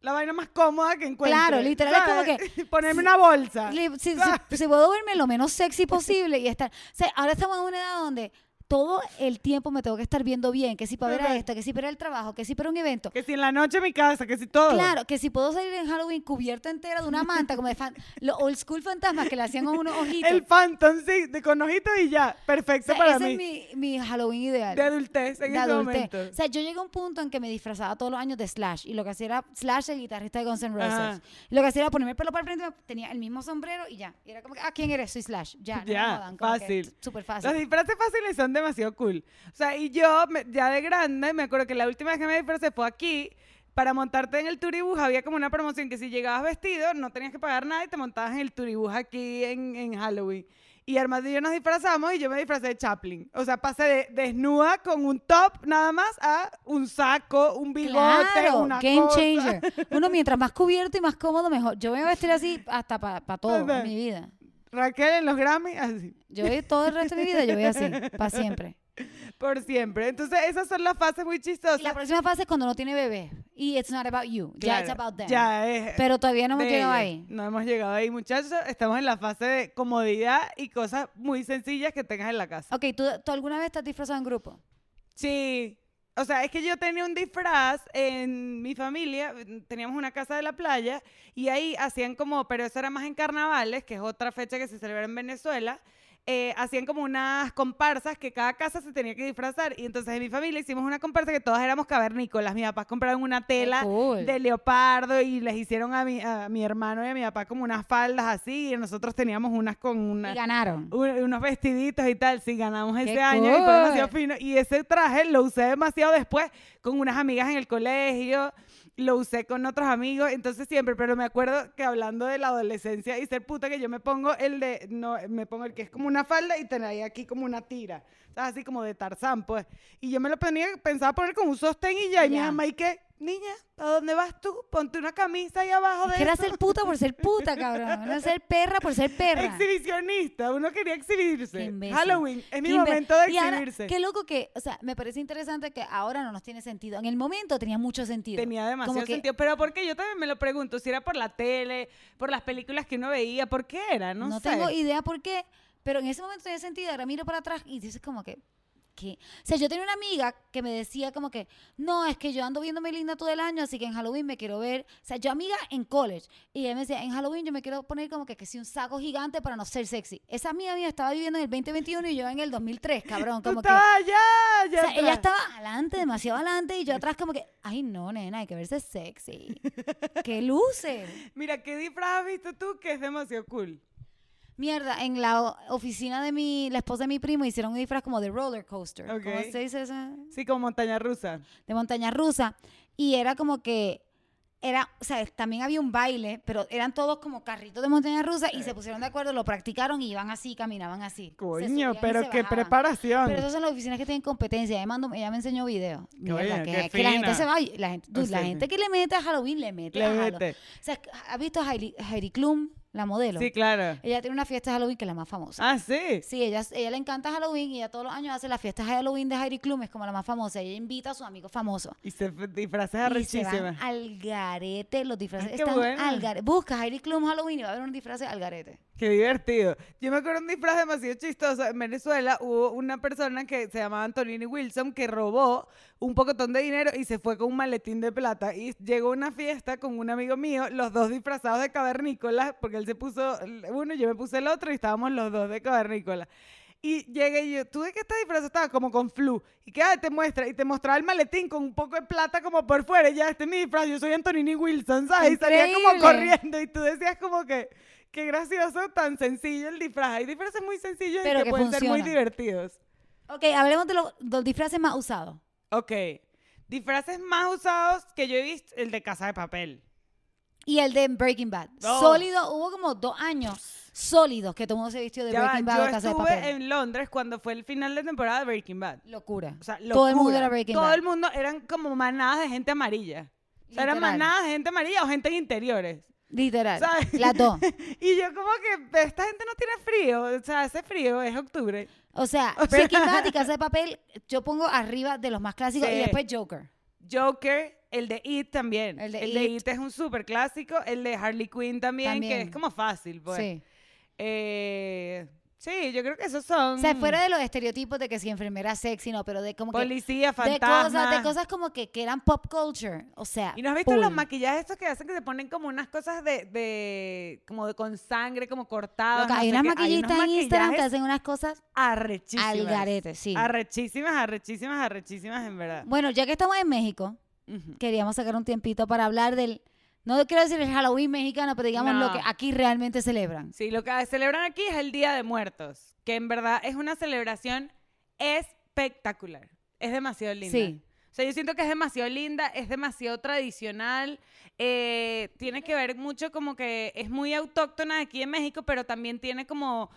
B: la vaina más cómoda que encuentro.
A: Claro, literal, es como que-
B: Ponerme una bolsa.
A: Le- Si, si-
B: Ah.
A: si puedo verme lo menos sexy posible y estar. O sea, ahora estamos en una edad donde todo el tiempo me tengo que estar viendo bien, que si para ver a
B: Total.
A: esto, que si para el trabajo, que si para un evento.
B: Que si en la noche en mi casa, que si todo.
A: Claro, que si puedo salir en Halloween cubierta entera de una manta, como de fan- los old school fantasmas que le hacían con unos ojitos.
B: El phantom, sí, de con ojitos y ya.
A: O
B: Perfecto
A: sea,
B: para
A: ese
B: mí.
A: es mi, mi Halloween ideal.
B: De adultez en
A: de
B: ese
A: adultez.
B: momento.
A: O sea, yo llegué a un punto en que me disfrazaba todos los años de Slash y lo que hacía era Slash el guitarrista de Guns N' Roses.
B: Ajá.
A: Y lo que hacía era ponerme el pelo para el frente, me- tenía el mismo sombrero y ya. Y era como que, ah, ¿quién eres? Soy Slash. Ya, no me
B: Ya,
A: jodan, como que
B: fácil.
A: t- Súper
B: Los
A: fácil.
B: disfraces fáciles son demasiado cool. O sea, y yo me- ya de grande, me acuerdo que la última vez que me disfracé fue aquí. Para montarte en el turibús había como una promoción que si llegabas vestido no tenías que pagar nada y te montabas en el turibús aquí en, en Halloween. Y Armando y yo nos disfrazamos y yo me disfracé de Chaplin. O sea, pasé de desnuda con un top nada más a un saco, un bigote,
A: Claro,
B: una
A: game
B: cosa.
A: changer. Uno mientras más cubierto y más cómodo, mejor. Yo me voy a vestir así hasta para todo en
B: Total.
A: mi vida.
B: Raquel en los Grammy, así,
A: Yo voy todo el resto de mi vida, yo voy así, para siempre.
B: por siempre. Entonces, esas son las fases muy chistosas.
A: Y la próxima fase es cuando no tiene bebé. Y it's not about you, ya
B: Claro,
A: it's about them.
B: Ya es.
A: Pero todavía no hemos
B: de
A: llegado
B: ellos.
A: ahí.
B: No hemos llegado ahí, muchachos. Estamos en la fase de comodidad y cosas muy sencillas que tengas en la casa.
A: Ok, ¿tú, tú alguna vez estás disfrazado en grupo?
B: Sí. O sea, es que yo tenía un disfraz en mi familia, teníamos una casa de la playa y ahí hacían como, pero eso era más en carnavales, que es otra fecha que se celebra en Venezuela, eh, hacían como unas comparsas que cada casa se tenía que disfrazar y entonces en mi familia hicimos una comparsa que todas éramos cavernícolas, mis papás compraron una tela
A: Oh, cool.
B: de leopardo y les hicieron a mi, a mi hermano y a mi papá como unas faldas así y nosotros teníamos unas con una,
A: Y ganaron.
B: un- unos vestiditos y tal. Sí, ganamos
A: ¡Qué
B: ese año y fue demasiado
A: cool!
B: fino. Y ese traje lo usé demasiado después con unas amigas en el colegio, lo usé con otros amigos, entonces siempre, pero me acuerdo que hablando de la adolescencia y ser puta, que yo me pongo el de, no, me pongo el que es como una falda y tenía aquí como una tira, ¿sabes? así como de Tarzán, pues. Y yo me lo ponía, pensaba poner con un sostén y ya, y mi
A: Ya.
B: mamá, ¿y qué? Niña, ¿a dónde vas tú? Ponte una camisa ahí abajo de
A: Que era
B: eso".
A: ser puta por ser puta, cabrón. No ser perra por ser perra.
B: Exhibicionista, uno quería
A: Qué
B: exhibirse.
A: imbécil.
B: Halloween es mi
A: Qué imbe-
B: momento de
A: Y ahora,
B: exhibirse.
A: qué loco que, o sea, me parece interesante que ahora no nos tiene sentido. En el momento tenía mucho sentido.
B: Tenía demasiado
A: Como que-
B: sentido. Pero porque yo también me lo pregunto, si era por la tele, por las películas que uno veía, ¿por qué era? No,
A: No,
B: sé.
A: tengo idea por qué, pero en ese momento tenía sentido. Ahora miro para atrás y dices como que, ¿qué? O sea, yo tenía una amiga que me decía como que, no, es que yo ando viéndome linda todo el año, así que en Halloween me quiero ver. O sea, yo amiga en college. Y ella me decía, en Halloween yo me quiero poner como que, que sí, un saco gigante para no ser sexy. Esa amiga mía estaba viviendo en el 2021 y yo en el 2003, cabrón.
B: Tú
A: Como que...
B: estabas allá,
A: O
B: allá
A: sea, ella
B: atrás.
A: estaba adelante, demasiado adelante, y yo atrás como que, ay, no, nena, hay que verse sexy. ¡Qué luce!
B: Mira, ¿qué disfraz has visto tú que es demasiado cool?
A: Mierda, en la o- oficina de mi, la esposa de mi primo hicieron un disfraz como de roller coaster. ¿Cómo
B: Ok.
A: se dice eso?
B: Sí, como montaña rusa.
A: De montaña rusa. Y era como que, era, o sea, también había un baile, pero eran todos como carritos de montaña rusa y se pusieron de acuerdo, lo practicaron y iban así, caminaban así. Se subían
B: Coño,
A: y se
B: pero qué
A: bajaban.
B: preparación.
A: Pero esas son las oficinas que tienen competencia. Ella, mandó- ella me enseñó video. Mierda,
B: bueno,
A: que,
B: qué
A: que la gente
B: fina.
A: se va. y- La gente, dude,
B: O
A: la
B: sea,
A: gente que le mete a Halloween le mete.
B: Le
A: a Halloween.
B: mete.
A: O sea, ¿has visto a Heidi, Heidi Klum, la modelo?
B: Sí, claro.
A: Ella tiene una fiesta de Halloween que es la más famosa.
B: Ah, sí.
A: Sí, ella, ella le encanta Halloween y ella todos los años hace la fiesta de Halloween de Heidi Klum, es como la más famosa. Ella invita a sus amigos famosos.
B: Y se f- disfraces
A: Y se van
B: arrechísimas.
A: al garete, los disfraces
B: Ah, qué
A: están
B: bueno.
A: al garete. Busca Heidi Klum Halloween y va a haber un disfraz al garete.
B: Qué divertido. Yo me acuerdo de un disfraz demasiado chistoso. En Venezuela hubo una persona que se llamaba Antonini Wilson que robó un pocotón de dinero y se fue con un maletín de plata. Y llegó a una fiesta con un amigo mío, los dos disfrazados de cavernícolas, porque él se puso el- uno y yo me puse el otro y estábamos los dos de cavernícolas. Y llegué y yo, ¿tú de qué estás disfrazado? Estaba como con flu. Y que ah, te muestra, y te mostraba el maletín con un poco de plata como por fuera. Y ya, este es mi disfraz, yo soy Antonini Wilson, ¿sabes? Y salía como
A: Increíble.
B: corriendo. Y tú decías como que, qué gracioso, tan sencillo el disfraz. Hay disfraces muy sencillos
A: Pero
B: y que,
A: que
B: pueden ser muy
A: funcionan.
B: divertidos.
A: Ok, hablemos de los, los disfraces más usados.
B: Ok. Disfraces más usados que yo he visto, el de Casa de Papel.
A: Y el de Breaking Bad.
B: Oh.
A: Sólido, hubo como dos años sólidos que todo el mundo se vistió de
B: Ya va,
A: Breaking Bad
B: yo
A: o Casa de
B: estuve
A: Papel.
B: en Londres cuando fue el final de temporada de Breaking Bad.
A: Locura.
B: O sea,
A: Todo el mundo
B: locura.
A: era Breaking
B: Todo
A: Bad.
B: el mundo eran como manadas de gente amarilla. O sea, eran
A: Literal.
B: manadas de gente amarilla o gente en interiores.
A: Literal.
B: ¿sabes?
A: Las dos.
B: Y yo como que esta gente no tiene frío, o sea, hace frío, es octubre.
A: O sea,
B: O sea-
A: Breaking Bad y Casa de Papel, yo pongo arriba de los más clásicos y
B: Sí.
A: después Joker.
B: Joker, el de It también.
A: El
B: El
A: de
B: de,
A: It.
B: It. es un súper clásico, el de Harley Quinn también,
A: También.
B: que es como fácil, pues. Eh,
A: Sí.
B: Sí. yo creo que esos son
A: O sea, fuera de los estereotipos de que si enfermera sexy, no, pero de como que...
B: policía,
A: De
B: fantasma.
A: cosas, de cosas como que, que eran pop culture. O sea.
B: ¿Y no has visto
A: full.
B: los maquillajes estos que hacen que se ponen como unas cosas de, de como de con sangre, como cortadas?
A: Loca,
B: no
A: hay
B: sé
A: unas
B: qué? unos
A: maquillistas en Instagram que
B: maquillajes
A: hacen unas cosas
B: arrechísimas.
A: al garete, sí.
B: Arrechísimas, arrechísimas, arrechísimas, en verdad.
A: Bueno, ya que estamos en México,
B: Ujú.
A: queríamos sacar un tiempito para hablar del. No quiero decir el Halloween mexicano, pero digamos lo
B: No.
A: que aquí realmente celebran.
B: Sí, lo que celebran aquí es el Día de Muertos, que en verdad es una celebración espectacular. Es demasiado linda.
A: Sí.
B: O sea, yo siento que es demasiado linda, es demasiado tradicional, eh, tiene que ver mucho como que es muy autóctona de aquí en México, pero también tiene como...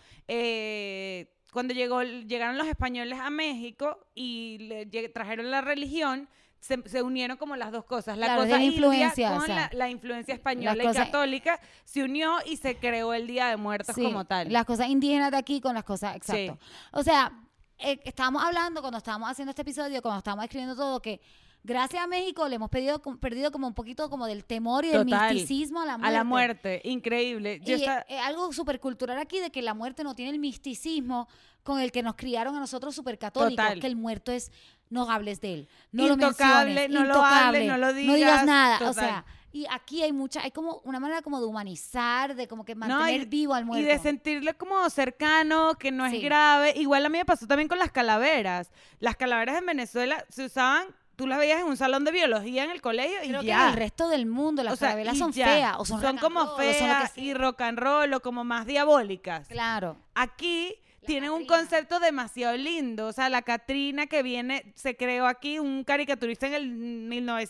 B: eh, cuando llegó, llegaron los españoles a México y le lle- trajeron la religión, se, se unieron como las dos cosas. La
A: Claro, es
B: cosa
A: la influencia,
B: india con
A: o sea,
B: la, la influencia española
A: las cosas-
B: y católica se unió y se creó el Día de Muertos
A: Sí,
B: como tal.
A: Las cosas indígenas de aquí con las cosas,
B: Sí.
A: exacto. O sea, eh, estábamos hablando cuando estábamos haciendo este episodio, cuando estábamos escribiendo todo, que gracias a México le hemos pedido, com- perdido como un poquito como del temor y del
B: Total.
A: misticismo a la muerte.
B: A la muerte, increíble.
A: Y
B: Yo esta-
A: eh, algo supercultural aquí de que la muerte no tiene el misticismo con el que nos criaron a nosotros supercatólicos,
B: Total.
A: que el muerto es no hables de él, no
B: Intocable,
A: lo menciones,
B: no lo
A: intocable,
B: hables, no lo
A: no digas
B: digas,
A: nada, o
B: total.
A: sea, y aquí hay mucha, hay como una manera como de humanizar, de como que
B: No,
A: mantener
B: y-
A: vivo al muerto.
B: Y de sentirlo como cercano, que no
A: Sí.
B: es grave. Igual a mí me pasó también con las calaveras. Las calaveras en Venezuela se usaban, tú las veías en un salón de biología en el colegio y
A: Creo que en
B: ya.
A: el resto del mundo las
B: O sea,
A: carabelas
B: y
A: son
B: ya.
A: feas o son, rock and roll,
B: como
A: o son lo que
B: feas
A: sea.
B: y rock and roll o como más diabólicas.
A: Claro.
B: Aquí
A: La
B: tienen un
A: Catrina.
B: concepto demasiado lindo, o sea, la Catrina que viene, se creó aquí un caricaturista en el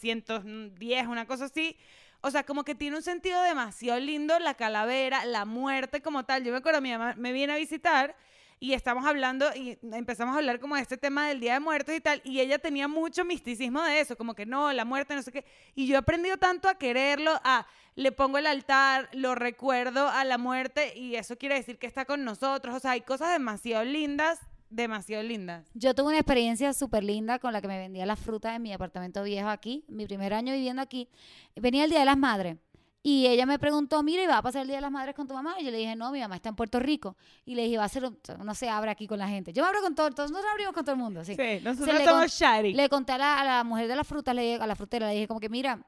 B: 1910, una cosa así. O sea, como que tiene un sentido demasiado lindo la calavera, la muerte como tal. Yo me acuerdo, mi mamá me viene a visitar y estamos hablando y empezamos a hablar como de este tema del Día de Muertos y tal, y ella tenía mucho misticismo de eso, como que no, la muerte, no sé qué, y yo he aprendido tanto a quererlo, a le pongo el altar, lo recuerdo a la muerte y eso quiere decir que está con nosotros, o sea, hay cosas demasiado lindas, demasiado lindas.
A: Yo tuve una experiencia súper linda con la que me vendía las frutas en mi apartamento viejo aquí, mi primer año viviendo aquí. Venía el Día de las Madres y ella me preguntó, mira, ¿y va a pasar el Día de las Madres con tu mamá? Y yo le dije, no, mi mamá está en Puerto Rico. Y le dije, va a ser, un- no se abre aquí con la gente. Yo me abro con todo, todos nosotros abrimos con todo el mundo, sí.
B: nosotros
A: le
B: somos
A: con-
B: shari.
A: Le conté a la, a la mujer de las frutas, le dije- a la frutera, le dije como que, mira,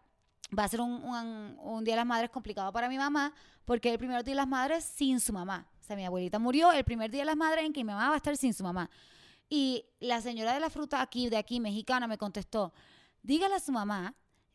A: va a ser un, un- un Día de las Madres complicado para mi mamá, porque el primer Día de las Madres sin su mamá. O sea, mi abuelita murió el primer Día de las Madres en que mi mamá va a estar sin su mamá. Y la señora de la fruta aquí, de aquí, mexicana, me contestó, dígale a su mamá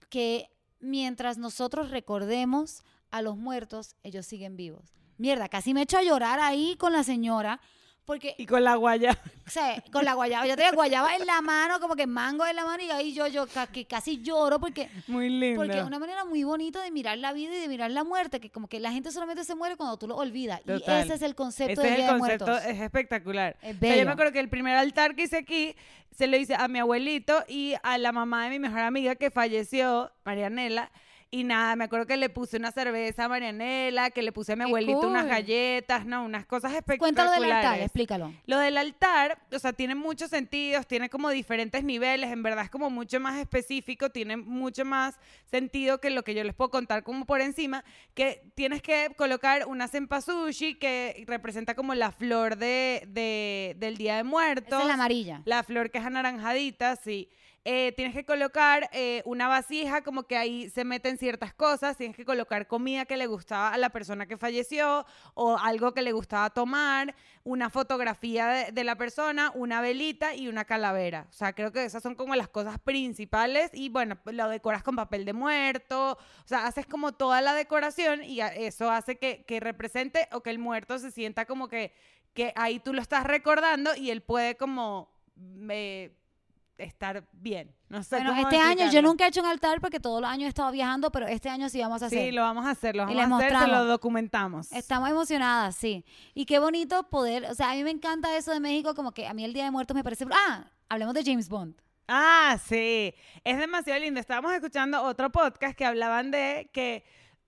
A: que mientras nosotros recordemos a los muertos, ellos siguen vivos. Mierda, casi me echo a llorar ahí con la señora, porque
B: Y con la guaya.
A: o sea, con la guayaba. Yo tenía guayaba en la mano, como que mango en la mano, y ahí yo, yo ca- que casi lloro porque,
B: Muy linda.
A: porque es una manera muy bonita de mirar la vida y de mirar la muerte, que como que la gente solamente se muere cuando tú lo olvidas.
B: Total.
A: Y ese es el concepto
B: Ese
A: de
B: es el
A: Día de
B: concepto,
A: Muertos.
B: es espectacular.
A: Es
B: O sea, yo
A: bello.
B: me acuerdo que el primer altar que hice aquí se lo hice a mi abuelito y a la mamá de mi mejor amiga que falleció, Marianela. Y nada, me acuerdo que le puse una cerveza a Marianela, que le puse a mi
A: Qué
B: abuelito unas
A: cool.
B: galletas, no, unas cosas espectaculares.
A: Cuéntalo del altar, explícalo.
B: Lo del altar, o sea, tiene muchos sentidos, tiene como diferentes niveles, en verdad es como mucho más específico, tiene mucho más sentido que lo que yo les puedo contar como por encima, que tienes que colocar una cempasushi que representa como la flor de, de- del Día de
A: Esa
B: Muertos.
A: es la amarilla.
B: La flor que es anaranjadita, sí. Eh, tienes que colocar eh, una vasija, como que ahí se meten ciertas cosas. Tienes que colocar comida que le gustaba a la persona que falleció o algo que le gustaba tomar, una fotografía de, de la persona, una velita y una calavera. O sea, creo que esas son como las cosas principales. Y bueno, lo decoras con papel de muerto. O sea, haces como toda la decoración y a- eso hace que, que represente o que el muerto se sienta como que que ahí tú lo estás recordando y él puede como eh, estar bien. No sé
A: Bueno,
B: cómo
A: este año yo
B: explicarlo.
A: nunca he hecho un altar porque todos los años he estado viajando, pero este año sí vamos a hacer.
B: Sí, lo vamos a hacer, lo
A: Y
B: vamos
A: les
B: a hacer, se
A: mostramos.
B: lo documentamos.
A: Estamos emocionadas, sí. Y qué bonito poder, o sea, a mí me encanta eso de México, como que a mí el Día de Muertos me parece... Ah, hablemos de James Bond.
B: Ah, sí. Es demasiado lindo. Estábamos escuchando otro podcast que hablaban de que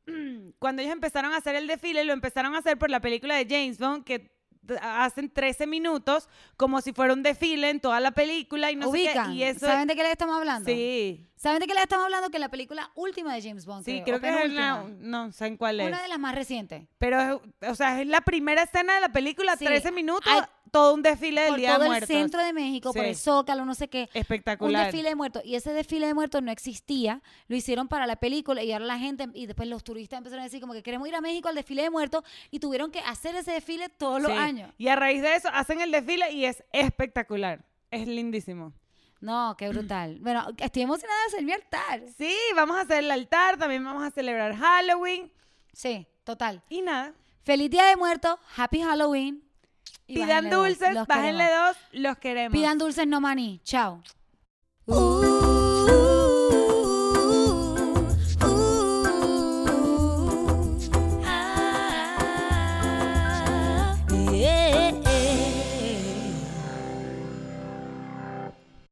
B: mm, cuando ellos empezaron a hacer el desfile, lo empezaron a hacer por la película de James Bond, que t- hacen 13 minutos como si fuera un desfile en toda la película y no
A: Ubican.
B: sé qué. Y eso
A: ¿Saben de qué les estamos hablando?
B: Sí,
A: ¿Saben de qué les estamos hablando? Que la película última de James Bond.
B: sí,
A: o
B: creo que es una,
A: penúltima.
B: no sé en cuál es.
A: Una de las más recientes.
B: Pero, es- o sea, es la primera escena de la película,
A: Sí.
B: 13 minutos,
A: Hay-
B: todo un desfile del
A: Por
B: Día
A: todo
B: de
A: el
B: Muertos.
A: centro de México, por
B: Sí.
A: el Zócalo, no sé qué. Un
B: Espectacular.
A: desfile de muertos. Y ese desfile de muertos no existía. Lo hicieron para la película y ahora la gente, y después los turistas empezaron a decir como que queremos ir a México al desfile de muertos y tuvieron que hacer ese desfile todos los
B: Sí.
A: años.
B: Y a raíz de eso hacen el desfile y es espectacular. Es lindísimo.
A: No, qué brutal. bueno, estoy emocionada de hacer mi altar.
B: Sí, vamos a hacer el altar, también vamos a celebrar Halloween
A: Sí, total.
B: y nada.
A: Feliz Día de Muertos, Happy Halloween. y
B: Pidan
A: bájenle dos,
B: dulces,
A: los
B: bájenle
A: queremos.
B: dos, los queremos.
A: Pidan dulces, no maní. Chao.
C: ooh,